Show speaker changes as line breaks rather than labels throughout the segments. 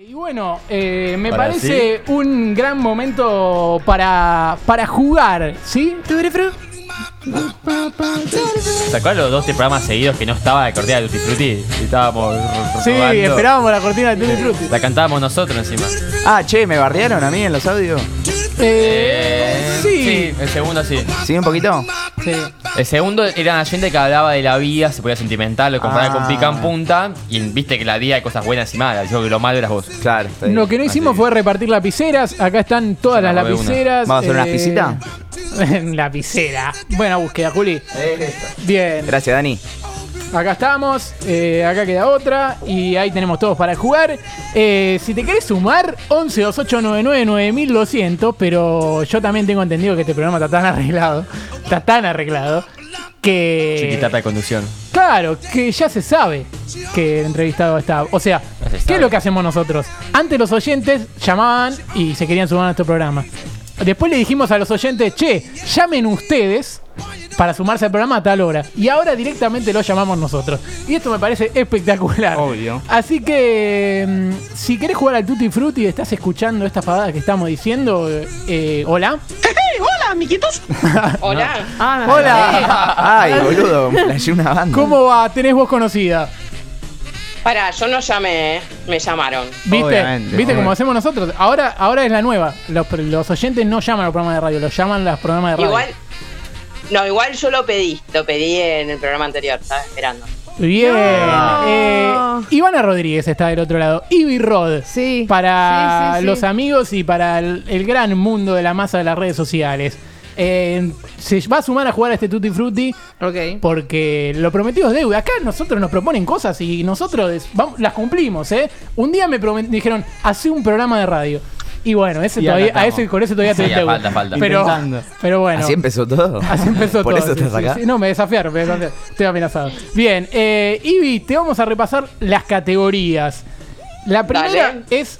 Y bueno, eh, me
Ahora
parece un gran momento para, para jugar, ¿sí?
¿Se acuerdan los 12 programas seguidos que no estaba de cortina de Tutti Frutti? Y estábamos. ro-
Sí,
robando.
esperábamos la cortina de Tutti Frutti.
La cantábamos nosotros encima.
Ah, che, ¿me bardearon a mí en los audios?
Eh, sí.
el segundo sí.
¿Sí, un poquito?
sí.
El segundo era una gente que hablaba de la vida, se podía sentimental, lo comparaba
Ah.
con pica en punta. Y viste que la vida hay cosas buenas y malas. Yo que lo malo eras vos.
Claro, está bien.
Lo que no hicimos fue repartir lapiceras. Acá están todas
Yo me
las
robé una.
lapiceras. eh,
¿Vamos a hacer una lapicita?
Lapicera. Buena búsqueda, Juli.
Eh,
Bien.
Gracias, Dani.
Acá estamos, eh, acá queda otra y ahí tenemos todos para jugar. Eh, si te querés sumar, 1128999200, pero yo también tengo entendido que este programa está tan arreglado, está tan arreglado, que...
Chiquitata de conducción.
Claro, que ya se sabe que el entrevistado está. O sea,
Ya se
¿qué
sabe.
es lo que hacemos nosotros? Antes los oyentes llamaban y se querían sumar a nuestro programa. Después le dijimos a los oyentes, che, llamen ustedes para sumarse al programa a tal hora. Y ahora directamente lo llamamos nosotros. Y esto me parece espectacular.
Obvio.
Así que, mm, si querés jugar al Tutti Frutti y estás escuchando esta pavada que estamos diciendo, eh, hola.
Hola, amiguitos. Hola.
Hola.
Ay, boludo, me flashé una banda.
¿Cómo va? ¿Tenés voz conocida?
Pará, yo no llamé, ¿eh? me llamaron.
¿Viste?
Obviamente,
¿Viste como
obvio.
hacemos nosotros? Ahora, ahora es la nueva. Los, los oyentes no llaman a los programas de radio, los llaman los programas de radio.
Igual. No, igual yo lo pedí. Lo pedí en el programa anterior. Estaba esperando.
Bien.
No.
Eh, Ivana Rodríguez está del otro lado. Ivy Rod.
Sí.
Para
Sí, sí, sí.
los amigos y para el, el gran mundo de la masa de las redes sociales. Eh, se va a sumar a jugar a este Tutti Frutti
Ok.
porque lo prometido es deuda. Acá nosotros nos proponen cosas y nosotros des- vamos- las cumplimos, ¿eh? Un día me promet- dijeron, hace un programa de radio. Y bueno, ese
Y acá
todavía, a
estamos.
ese, con ese todavía
Sí,
te deuda.
falta, falta.
Pero,
Intentando.
pero bueno.
¿Así empezó todo?
Así empezó
Por
todo.
eso
sí,
estás
sí,
acá.
sí. No, me desafiaron, me desafiaron. Estoy amenazado. Bien, eh, Ibi, te vamos a repasar las categorías. La primera
Dale.
es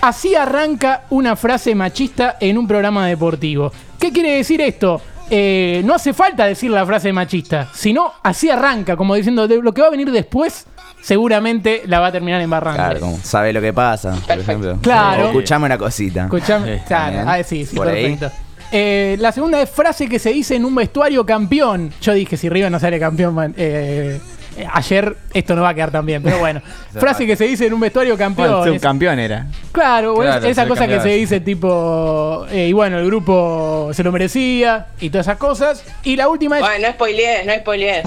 así arranca una frase machista en un programa deportivo. ¿Qué quiere decir esto? Eh, no hace falta decir la frase machista, sino así arranca, como diciendo de lo que va a venir después, seguramente la va a terminar en barranca.
Claro, como sabe lo que pasa, por
Perfecto.
ejemplo.
Claro.
O Escuchame una cosita.
Escuchame.
Sí,
claro,
también.
ah, sí, sí,
Por ahí.
perfecto. Eh, la segunda es frase que se dice en un vestuario campeón. Yo dije, si River no sale campeón, man- eh, eh, ayer esto no va a quedar tan bien, pero bueno. frase que se dice en un vestuario campeón. Es-
subcampeón era.
claro, bueno,
Claro,
esa
ser
cosa que
campeón.
se dice tipo, eh, y bueno, el grupo se lo merecía y todas esas cosas. Y la última es...
Bueno, no spoilees, no spoilees.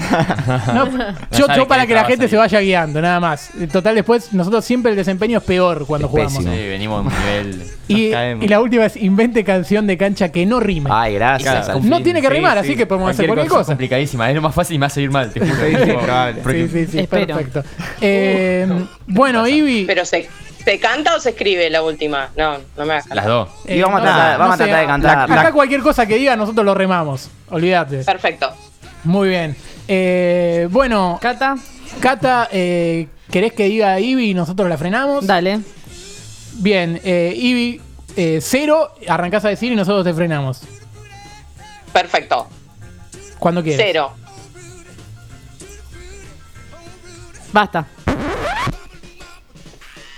No, yo,
sabe
yo
qué
para que la
trabaja
gente
ahí.
se vaya guiando, nada más. Total, después nosotros siempre el desempeño es peor cuando
Es
jugamos.
pésimo.
Sí, venimos de un nivel.
Y,
Nos caemos.
y la última es invente canción de cancha que no rime.
Ay, gracias.
Claro.
Alfie.
No tiene que
Sí,
rimar,
sí.
así que podemos hacer cualquier
Es
cosa.
complicadísima. Es lo más fácil y me va a salir mal, te juro. Tipo, porque-
Sí, sí, sí,
Espero.
perfecto. Eh, bueno, Ibi.
Pero se, ¿se canta o se escribe la última? No, no me hagas
Las
cantar.
dos.
eh,
Y vamos a tratar- vamos a tratar de cantar.
Acá
La-
cualquier cosa que diga, nosotros lo remamos. Olvídate.
Perfecto.
Muy bien. Eh, bueno,
Cata,
Cata, eh, ¿querés que diga Ibi y nosotros la frenamos?
dale.
Bien, eh, Ibi, eh, cero, arrancás a decir y nosotros te frenamos.
Perfecto.
Cuando quieras.
Cero.
Basta.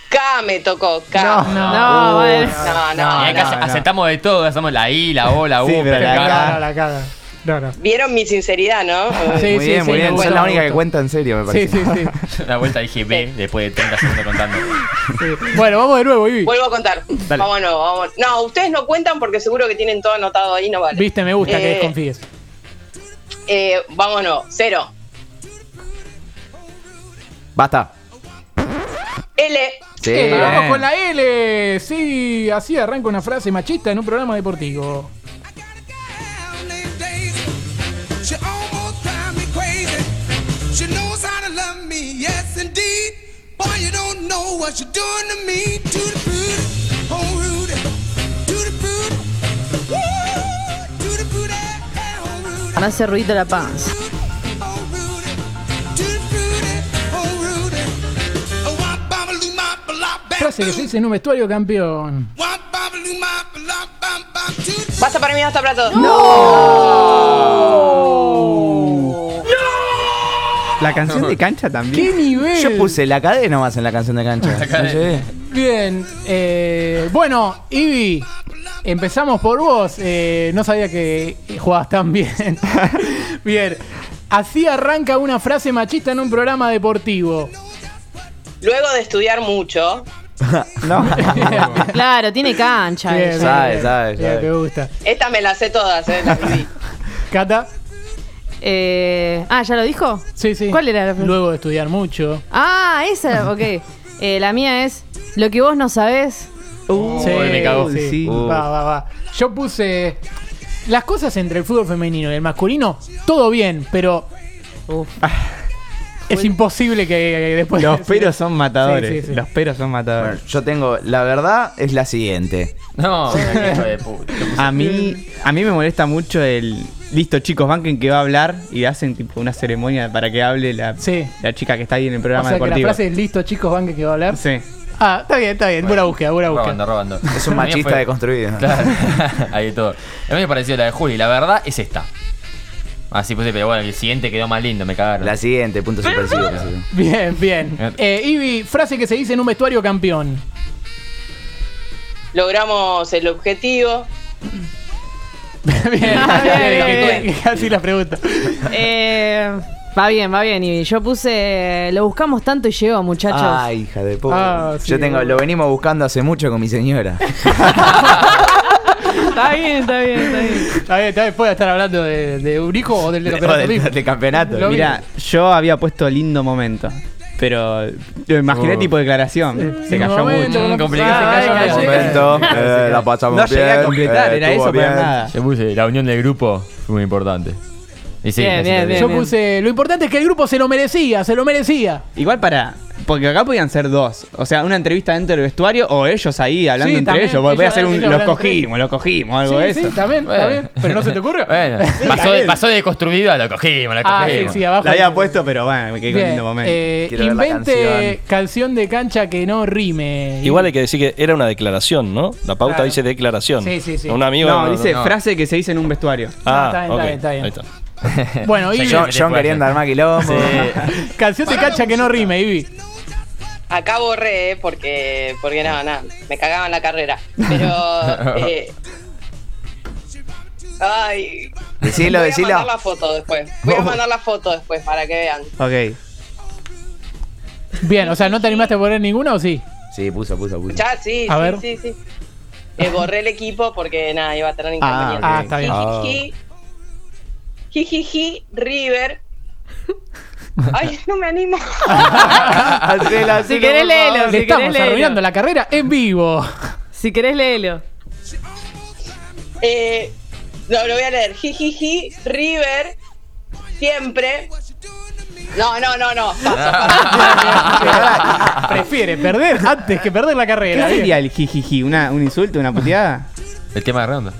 K me tocó. K.
No,
No,
no. Uh.
No, vale.
no,
y
Ah,
acá
no.
ace- aceptamos de todo, hacemos la I, la O, la U,
Sí, pero
La
pero acá-
caga, la caga. No, no.
Vieron mi sinceridad, ¿no? Eh,
Sí,
Muy bien, muy
me
bien.
gusta,
Sos la
me
única que
gusta.
cuenta en serio, me
Sí,
parece.
sí, sí.
La vuelta dije B después de 30 segundos contando.
sí. Bueno, vamos de nuevo, Ibi.
Vuelvo a contar.
Dale.
Vamos, no, vamos. No, ustedes no cuentan porque seguro que tienen todo anotado ahí, no vale.
Viste, me gusta que
Eh,
desconfíes.
Eh, vámonos, cero.
Basta.
L.
Sí.
Eh, vamos
bien.
con la L. Sí, así arranca una frase machista en un programa deportivo.
She almost drives me crazy. She knows how to love me, yes indeed. Boy, you don't know what you're doing to me. To the food, oh Rudy. To the food, woo. To the food, hey, oh Rudy.
Me hace ruido la panza.
Oh Rudy. To the food, oh Rudy. Oh, wah, babaloo, my, ba, la, ba,
Frase que se
boo.
dice en un vestuario campeón.
Wah, babaloo, my, ba, la, ba, ba, to the food.
Basta para mí, hasta plato.
La canción de cancha también.
¡Qué nivel!
Yo puse la cadena nomás en la canción de cancha.
cadena.
No llegué.
Bien, eh, bueno, Ivy, empezamos por vos. Eh, no sabía que jugabas tan bien. bien, así arranca una frase machista en un programa deportivo.
Luego de estudiar mucho,
No.
Claro, tiene cancha.
Bien,
ella.
Sabe,
bien,
sabe,
bien,
sabe.
Me gusta.
estas me las sé todas, ¿eh? las viví.
Cata,
Eh, ah, ¿ya lo dijo?
sí, sí.
¿Cuál era la frase?
Luego de estudiar mucho.
Ah, esa, ok. Eh, la mía es, lo que vos no sabés,
Sí,
me cagó.
sí.
Sí. Uh.
Va, va, va. Yo puse las cosas entre el fútbol femenino y el masculino, todo bien, pero es imposible que eh, después.
Los peros son matadores.
Sí, sí, sí.
Los peros son
Bueno,
matadores.
yo tengo, la verdad es la siguiente.
No, hijo de puta.
A mí, a mí me molesta mucho el. Listo, chicos, banquen que va a hablar y hacen tipo una ceremonia para que hable la,
Sí.
la chica que está ahí en el
O
programa
sea que la
deportivo.
frase es listo, chicos, van que va a hablar.
Sí.
Ah, está bien, está bien. Buena búsqueda, buena
Robando,
búsqueda.
robando.
Es un
La mía
machista
fue-
deconstruido.
Claro, hay de todo. A mí me pareció la de Juli, la verdad es esta. Ah, Así puse, pero bueno, el siguiente quedó más lindo, me cagaron.
La siguiente, punto supersivo.
Bien, bien. Eh, Ivy, frase que se dice en un vestuario campeón.
Logramos el objetivo.
bien,
bien, bien,
Así la pregunta.
eh, va bien, va bien. Y yo puse, lo buscamos tanto y llegó, muchachos.
Ay, hija de puta.
Ah, sí,
yo tengo,
bueno.
lo venimos buscando hace mucho con mi señora.
Está bien, está bien, está bien.
Está bien, está bien. Puede estar hablando de, de un hijo o del de campeonato.
O del-
mismo.
del campeonato.
Lo mismo.
Mira, yo había puesto lindo momento. Pero lo imaginé
Oh.
tipo declaración.
Sí,
Se cayó
momento,
mucho.
no
complicado,
pasaba,
se
venga,
cayó.
llega.
Momento, eh, la pasamos
No llegué a
bien,
completar,
eh,
era
estuvo
eso para
bien.
nada.
Yo puse, la unión del grupo fue muy importante. Y sí, la
Bien, bien,
siguiente.
bien.
Yo puse, lo importante es que el grupo se lo merecía, se lo merecía.
Igual para. Porque acá podían ser dos. O sea, una entrevista dentro del vestuario o ellos ahí hablando
Sí,
entre
también,
ellos. Voy a
ellos-
hacer un.
ellos
Los
hablan entre ellos".
cogimos, los cogimos, algo de
Sí,
eso.
sí, también,
Bueno.
también. Pero no se te ocurre.
Bueno, pasó, de, pasó de construido a lo cogimos, lo
Ah, sí,
cogimos.
sí, abajo.
La había puesto, pero bueno, me quedé con
Bien,
lindo momento.
eh,
Quiero ver la
invente
canción.
canción de cancha que no rime.
Igual hay que decir que era una declaración, ¿no? La pauta
Claro.
dice declaración.
Sí, sí, sí.
Un amigo.
no, dice
no.
frase que se dice en un vestuario.
Ah,
No, está bien, está
ok.
bien,
Ahí
está Bueno, Ivy,
Yo-
John, John queriendo armar quilombo.
canción de cancha que no rime, Ivy.
Acá borré, ¿eh? porque, porque nada, nada, me cagaban la carrera. Pero. eh, ay.
Decilo,
voy a
decilo.
mandar la foto después. Voy a mandar la foto después para que vean.
Ok.
Bien, o sea, ¿no te animaste a poner ninguna o sí?
Sí, puso, puso, puso.
Ya, sí,
A
sí,
ver.
sí, sí. Eh, borré el equipo porque nada, iba a tener inconveniente.
Ah, está bien.
Jijiji. Jijiji, River. Ay, no me animo.
Hacela, hacela,
Si querés
por
léelo,
Le
si querés
estamos arruinando
léelo.
la carrera en vivo.
Si querés léelo.
Eh, no, lo voy a leer. Jijiji, River. Siempre. No, no, no, no.
Ah.
Paso,
Prefiere perder antes que perder la
¿Qué
carrera. bien.
sería el jijiji? ¿Una, ¿Un insulto? ¿Una puteada?
El tema de ronda.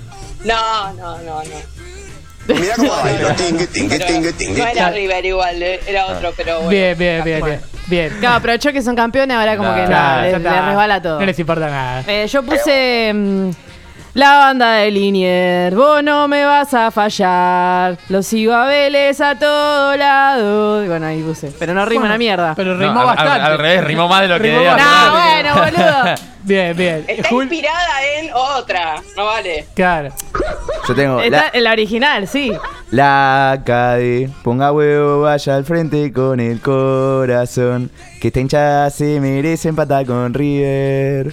No, no, no, no.
Mira cómo baila. Tingue, tingue, tingue,
No
tingue.
era River igual, eh, era
Ah.
otro, pero bueno.
Bien, bien, bien, bien. Bien.
Claro, aprovechó que son campeones, ahora como que
Claro, ya
no, le,
está.
le resbala todo.
No les importa nada.
Eh, yo puse mm, la banda de Linier. Vos no me vas a fallar. Los sigo a Vélez a todo lado. Y Bueno, ahí puse. Pero no rima
Bueno,
una mierda.
Pero
No,
rimó
al- al-
bastante.
Al, revés, rimó más de lo que
Rimó
debía.
No,
bastante.
Ah, bueno, boludo.
Bien, bien.
Está
Jul-
inspirada en otra, no vale.
Claro.
Yo tengo
Está
la,
en la original, sí.
la Cade, ponga huevo, vaya al frente con el corazón. Que esta hinchada se merece empatar con River.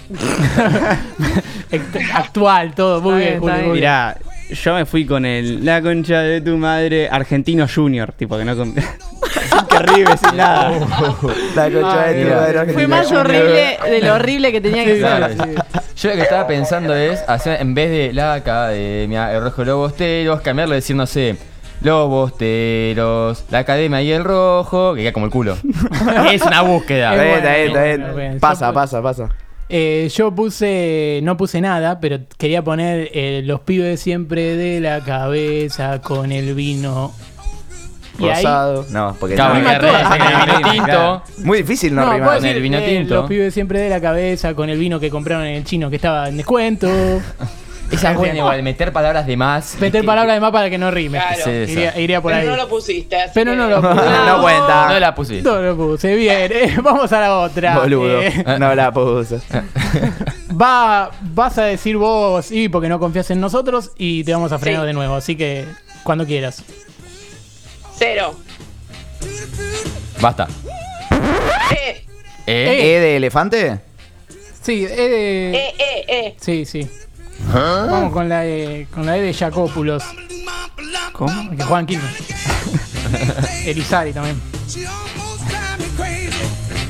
Act- Actual, todo. Muy
Está
bien,
bien,
Juli,
está bien.
muy bien.
Mirá, yo me fui con el La concha de tu madre Argentino Junior, tipo que no con. sin que rime, sin nada.
La concha de tu madre,
Fue
Argentina.
más horrible de lo horrible que tenía que ser.
Claro, sí. Yo lo que estaba pensando es hacer en vez de la academia, el rojo de los bosteros, cambiarlo y decir, no sé, los bosteros, la academia y el rojo, que queda como el culo. es una búsqueda.
Está bien,
bueno,
está bien, está
bueno,
bien.
bueno.
Pasa, pasa, pasa.
Eh, yo puse, no puse nada, pero quería poner eh, los pibes siempre de la cabeza con el vino. Y ahí,
Rosado. No, porque
Claro,
no,
que
rima
re-
todo.
saca el vino tinto.
Muy difícil no,
no,
rimar.
pues
puedo
con
decir,
el vino
eh,
tinto.
los pibes siempre de la cabeza con el vino que compraron en el chino que estaba en descuento.
Esa es
En
buena
fin.
igual, meter palabras de más.
Meter palabras de más para que no rime.
Claro.
Sí, sí.
Iría, iría por
Pero
ahí.
no lo pusiste. así
Pero no
que-
lo puse.
No cuenta.
No la puse.
No lo puse. Bien, eh, vamos a la otra.
Boludo.
Eh,
No la puso.
va, vas a decir vos, y porque no confías en nosotros, y te vamos a frenar
Sí.
de nuevo. Así que cuando quieras.
Cero.
Basta.
Eh,
Eh,
¿E de elefante?
Sí, eh,
eh, eh, eh.
sí, sí. Vamos con la, E- con la E de Jacópulos.
¿Cómo?
Que Juan Quilmes. Elizari también.
She almost drive me crazy.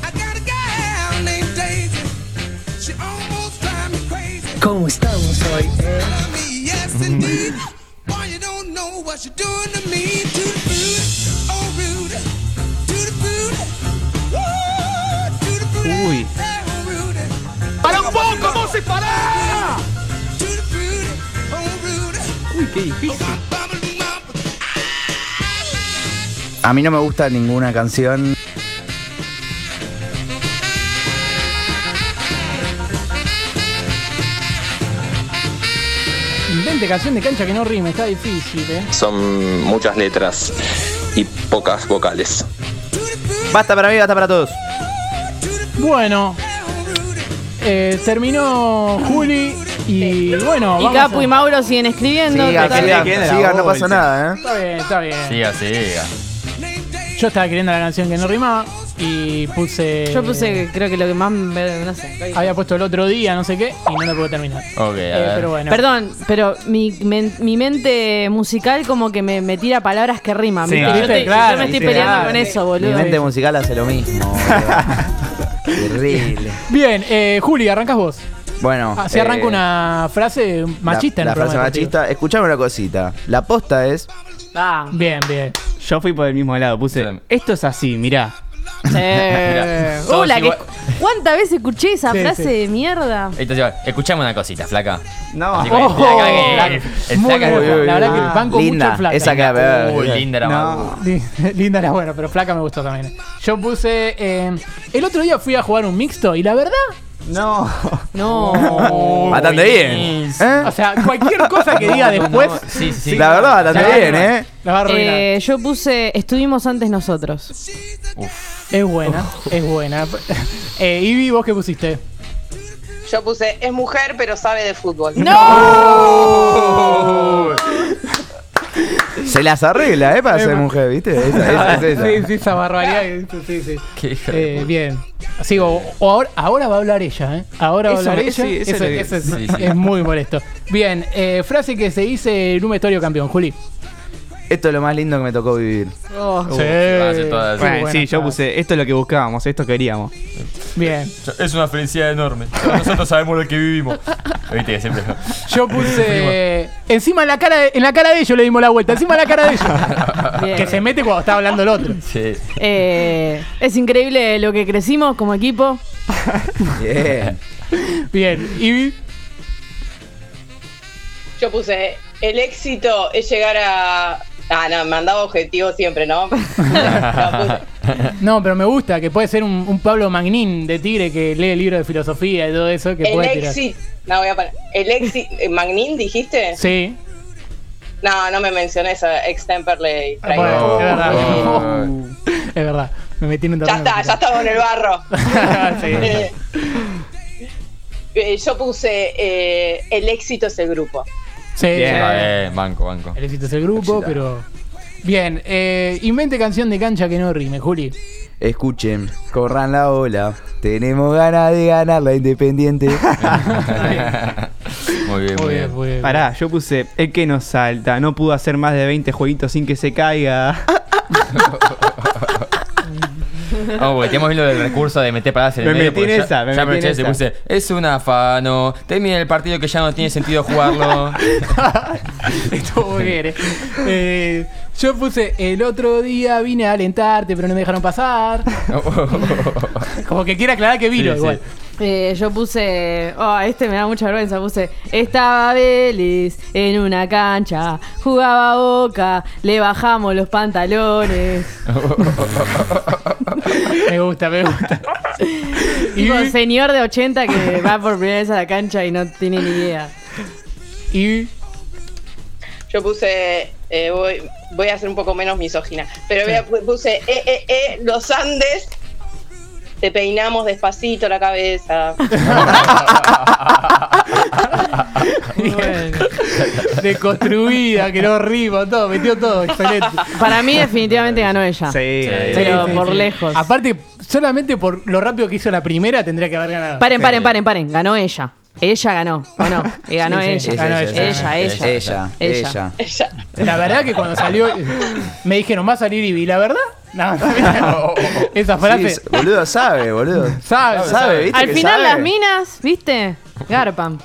I got a gal named Daisy. She almost drive me crazy.
¿Cómo estamos hoy?
Love me, yes indeed. Boy, you don't know what you're doing to me. To the food, oh Rudy. To the food. Woo! To the food.
Uy.
Oh, Rudy.
¡Para un poco, Moses, para!
To the food, oh Rudy.
Uy, qué difícil.
Ba-ba-ba-ba-ba.
A mí no me gusta ninguna canción.
Invente canción de cancha que no rime, está difícil, eh.
Son muchas letras y pocas vocales.
Basta para mí, basta para todos.
Bueno,
oh,
eh, terminó Juli y bueno.
Y
vamos
Capu
a-
y Mauro siguen escribiendo.
Sigan,
total.
sigan,
quede la
sigan, no
voz,
pasa
sí.
nada, ¿eh?
Está bien, está bien.
siga, siga.
Yo estaba queriendo la canción que no rimaba y puse.
Yo puse, creo que lo que más. me- No sé.
Había puesto el otro día, no sé qué, y no la pude terminar.
Ok, a
Eh,
ver.
pero bueno.
Perdón, pero mi, men- mi mente musical como que me, me tira palabras que riman.
Sí,
¿viste? Yo,
¿viste?
te- yo
Claro,
me estoy
sí,
peleando
claro.
con eso,
Mi
boludo.
mente musical hace lo mismo. boludo. Terrible.
Bien, eh, Juli, arrancas vos.
Bueno.
Ah, se arranca
eh,
una frase machista en este
La,
el
la frase
programa deportivo.
machista. Escuchame una cosita. La posta es.
Ah,
Bien, bien.
Yo fui por el mismo lado, puse.
Sí.
Esto es así, mirá.
sí.
Eh,
Mirá,
Uh,
todos
la que-
igual-
¿Cuántas veces escuché esa
Sí,
frase
sí.
de mierda?
Entonces, bueno, escuchame una cosita, flaca.
No.
Así que,
Oh,
la cagué.
la-
El
muy
flaca-
buena, la verdad
uy,
que
uy.
banco mucho
linda.
el flaca.
Esa que.
Uy, linda la
No.
madre.
Li- Linda era buena, pero flaca me gustó también. Yo puse. eh, el otro día fui a jugar un mixto y la verdad.
No.
No.
Bastante
Uy,
bien.
mis-
¿Eh?
O sea, cualquier cosa que diga después.
Sí, sí, sí.
La verdad, bastante
la
bien,
va a
¿eh?
arruinar, La va a arruinar.
Eh, yo puse, estuvimos antes nosotros.
es buena, es buena. Eh, Ivy, ¿vos qué pusiste?
Yo puse, es mujer, pero sabe de fútbol.
Se las arregla, ¿eh? Para
Eh,
ser
ma-
mujer, ¿viste? Esa, esa, es esa.
Sí, sí, esa barbaridad. que- Sí, sí.
Qué hija de
Eh, bien. Sigo. O ahora, ahora va a hablar ella, ¿eh? Ahora va a
Eso,
hablar
sí,
ella.
eso
Eso-
es lo que-
eso es,
sí, sí.
es muy molesto. Bien, eh, frase que se dice en un vestuario campeón, Juli.
Esto es lo más lindo que me tocó vivir.
Oh.
Sí.
van a hacer todas.
Bueno,
buena
sí, yo
frase.
puse. Esto es lo que buscábamos, esto queríamos.
Bien.
Es una felicidad enorme. Nosotros sabemos lo que vivimos. Viste que siempre.
Yo puse. encima en la cara de, en la cara de ellos le dimos la vuelta. Encima en la cara de ellos.
Bien.
que se mete cuando está hablando el otro.
Sí.
Eh, es increíble lo que crecimos como equipo.
Bien.
Bien. Ivy.
Yo puse, el éxito es llegar a. Ah, no, me mandaba objetivo siempre, ¿no? no puse,
No, pero me gusta que puede ser un, un Pablo Magnín de Tigre que lee el libro de filosofía y todo eso. Que
el
puede tirar.
éxito. No, voy a parar. El éxito. ¿Magnín dijiste?
Sí.
No, no me menciones a Extemperley.
Ah, Bueno,
Oh,
es verdad.
oh.
Es verdad. Me metí en un
Ya
terreno
está, ya
complicado.
estamos en el
Sí.
barro. Eh, eh, yo puse eh, el éxito es el grupo.
Sí,
Bien.
sí.
Eh, banco, banco.
El éxito es el grupo, pero. Bien, eh, invente canción de cancha que no rime, Juli.
Escuchen, corran la ola. Tenemos ganas de ganar la independiente.
muy bien, muy bien.
muy bien.
Pará, yo puse. El que nos salta. No pudo hacer más de 20 jueguitos sin que se caiga.
Vamos, Oh, porque tenemos lo del recurso de meter paradas en el
Me
medio.
metí en
porque ya-
esa, me
ya
metí
aproveché,
en esa.
se puse, es un afano. Termina el partido que ya no tiene sentido jugarlo. Oh,
Esto vos querés. Eh, yo puse el otro día vine a alentarte, pero no me dejaron pasar.
oh,
Como que quiere aclarar que vino
Sí, sí.
igual.
Eh, yo puse. Oh, este me da mucha vergüenza. Puse. Estaba Vélez en una cancha. Jugaba boca. Le bajamos los pantalones.
Me gusta, me gusta. Y
Tipo, señor de 80 que va por primera vez a la cancha y no tiene ni idea.
Y.
Yo puse, eh, voy, voy a ser un poco menos misógina, pero voy a- puse, eh, eh, eh, los Andes, te peinamos despacito la cabeza.
Bueno.
Deconstruida, que no rima, todo, metió todo, excelente.
Para mí, definitivamente ganó ella.
Sí,
Pero por lejos.
Aparte, solamente por lo rápido que hizo la primera tendría que haber ganado.
Paren, paren, paren, paren. Ganó ella. Ella ganó. Bueno, y ganó
Sí, sí,
ella.
ganó
ella. Ella, ella.
Ella,
Ella.
ella.
Ella-
La verdad que cuando salió me dijeron, va a salir Ivy. La verdad, no,
Oh,
no, esa frase.
Sí, boludo, sabe, boludo.
Sabe,
Sabe, ¿viste?
Al
que
final
sabe?
las minas, ¿viste? Garpan.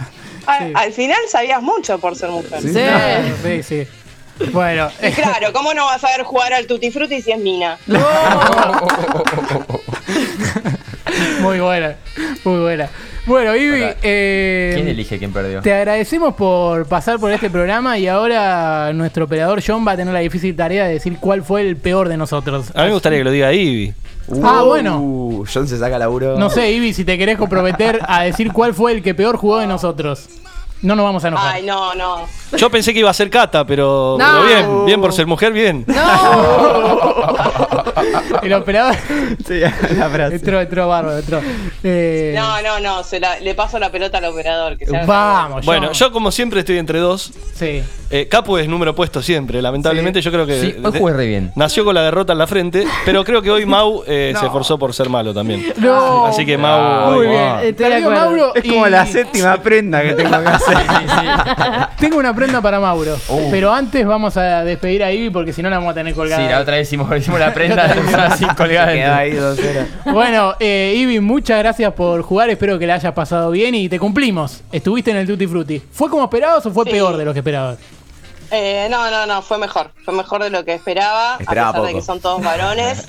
Ah, Al final sabías mucho por ser mujer.
Sí.
Claro, sí, sí. Bueno,
Y claro, ¿cómo no vas a saber jugar al Tutti Frutti si es mina?
muy buena, muy buena. Bueno, Ivy,
Hola.
eh,
¿Quién elige quién perdió?
te agradecemos por pasar por este programa y ahora nuestro operador John va a tener la difícil tarea de decir cuál fue el peor de nosotros.
A mí me gustaría que lo diga Ivy.
Ah, bueno.
Uh, John se saca laburo.
No sé, Ivy, si te querés comprometer a decir cuál fue el que peor jugó de nosotros. No nos vamos a enojar.
Ay, no, no.
Yo pensé que iba a ser Cata, pero,
No.
pero bien, bien por ser mujer, bien.
El operador
Sí, la frase.
entró, entró bárbaro, entró. Eh,
No, no, no. Se la- le paso la pelota al operador. Que se haga cargo.
Vamos,
Bueno,
John.
yo como siempre estoy entre dos.
Sí.
Eh, Capu es número puesto siempre, lamentablemente. Yo creo que.
Sí, hoy jugué re bien.
Nació con la derrota en la frente, pero creo que hoy Mau eh, se esforzó por ser malo también.
No.
Así que Mau.
Muy
hoy-
bien.
Ah.
Estoy de
Perdió
acuerdo.
Mauro
Es como
y-
la séptima prenda que tengo que hacer.
Tengo una prenda para Mauro. Pero antes vamos a despedir a Ivy porque si no la vamos a tener colgada.
Sí, la otra vez hicimos, hicimos la prenda así colgada
Se
dentro.
quedó ahí dos horas.
Bueno, eh, Ivy, muchas gracias por jugar. Espero que la hayas pasado bien y te cumplimos. Estuviste en el Tutti Frutti. ¿Fue como esperabas o fue
Sí.
peor de lo que esperabas?
Eh, no, no, no, fue mejor. Fue mejor de lo que esperaba,
Esperaba
a pesar de
poco.
que son todos varones.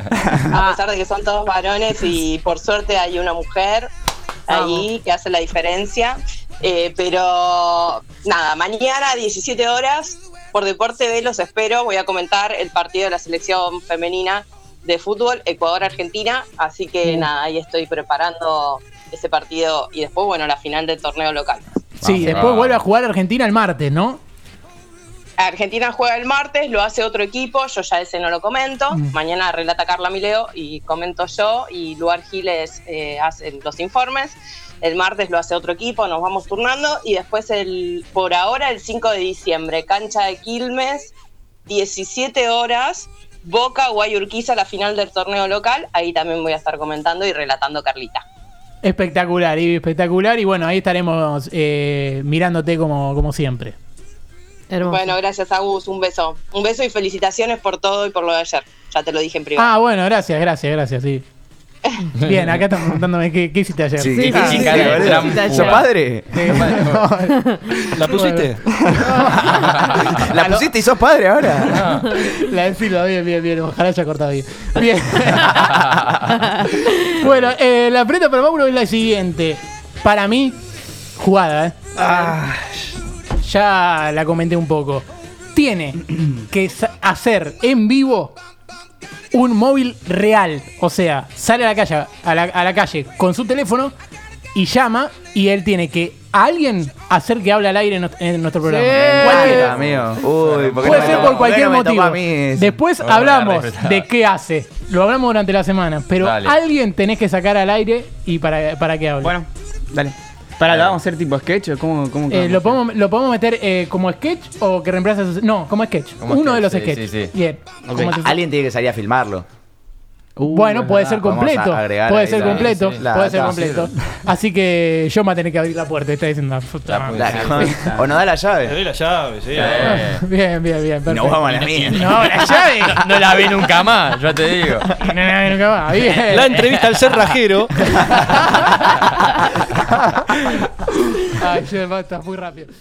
a pesar de que son todos varones y por suerte hay una mujer ahí que hace la diferencia. Eh, pero nada, mañana 17 horas por Deporte B los espero. Voy a comentar el partido de la selección femenina de fútbol Ecuador-Argentina. Así que nada, ahí estoy preparando ese partido y después, bueno, la final del torneo local.
sí, después
vamos.
vuelve a jugar Argentina el martes, ¿no?
Argentina juega el martes, lo hace otro equipo, yo ya ese no lo comento. Mañana relata Carla Mileo y comento yo y Luar Giles eh, hace los informes. El martes lo hace otro equipo, nos vamos turnando y después el por ahora el 5 de diciembre, cancha de Quilmes, 17 horas, Boca Guayurquiza la final del torneo local, ahí también voy a estar comentando y relatando Carlita.
Espectacular, Ivy, espectacular. Y bueno, ahí estaremos eh, mirándote como, como siempre.
Hermoso.
Bueno, gracias Agus, un beso. Un beso y felicitaciones por todo y por lo de ayer. Ya te lo dije en privado.
Ah, bueno, gracias, gracias, gracias, sí. Bien, acá están preguntándome qué, qué hiciste ayer.
Sí,
Sí,
¿qué
sí,
hiciste,
sí,
boludo?
sí, sí, sí,
¿Sos
sí.
padre?
¿La pusiste?
¿La pusiste y sos padre ahora?
La enfilo, bien, bien, bien. Ojalá haya cortado bien. Bien. bueno, eh, la prenda para Mauro es la siguiente. Para mí, jugada, ¿eh? Ya la comenté un poco. Tiene que sa- hacer en vivo un móvil real. O sea, sale a la calle, a la, a la calle con su teléfono y llama y él tiene que a alguien hacer que hable al aire en, nos- en nuestro programa.
Eh,
Cualquiera.
Cualquiera, amigo. Uy, ¿por qué
Puede
no me
ser
tocó-
por cualquier
no me tocó
motivo.
a mí eso?
Después
Vamos a
hablamos
darle
de qué hace. Lo hablamos durante la semana. Pero
Dale.
alguien tenés que sacar al aire y para, para que hable.
Bueno, dale. Para, ¿la vamos a hacer tipo sketch o cómo, cómo
Eh, ¿lo, podemos, ¿Lo podemos meter eh, como sketch o que reemplace a sus- No, como sketch.
Como
Uno
sketch,
de los
sí,
sketches.
sí, sí.
Bien. Como si-
Ah, Alguien tiene que salir a filmarlo.
bueno, puede ser
Uh, Vamos a
completo.
agregar
Puede
ahí
ser
la-
completo.
sí, la-
puede ser
la-
completo. Así que yo me voy a tener que abrir la puerta. Está diciendo. "Ah, puta
La
madre.
La-
Sí.
o nos da la
Le
llave.
doy la llave, sí.
Eh,
Bien, bien, bien.
Y
perfecto.
nos vamos a la mía.
No, la llave.
no, no la vi nunca más, yo te digo.
No, no, nunca más. Bien.
La entrevista al cerrajero.
Ay, yo, basta, muy rápido.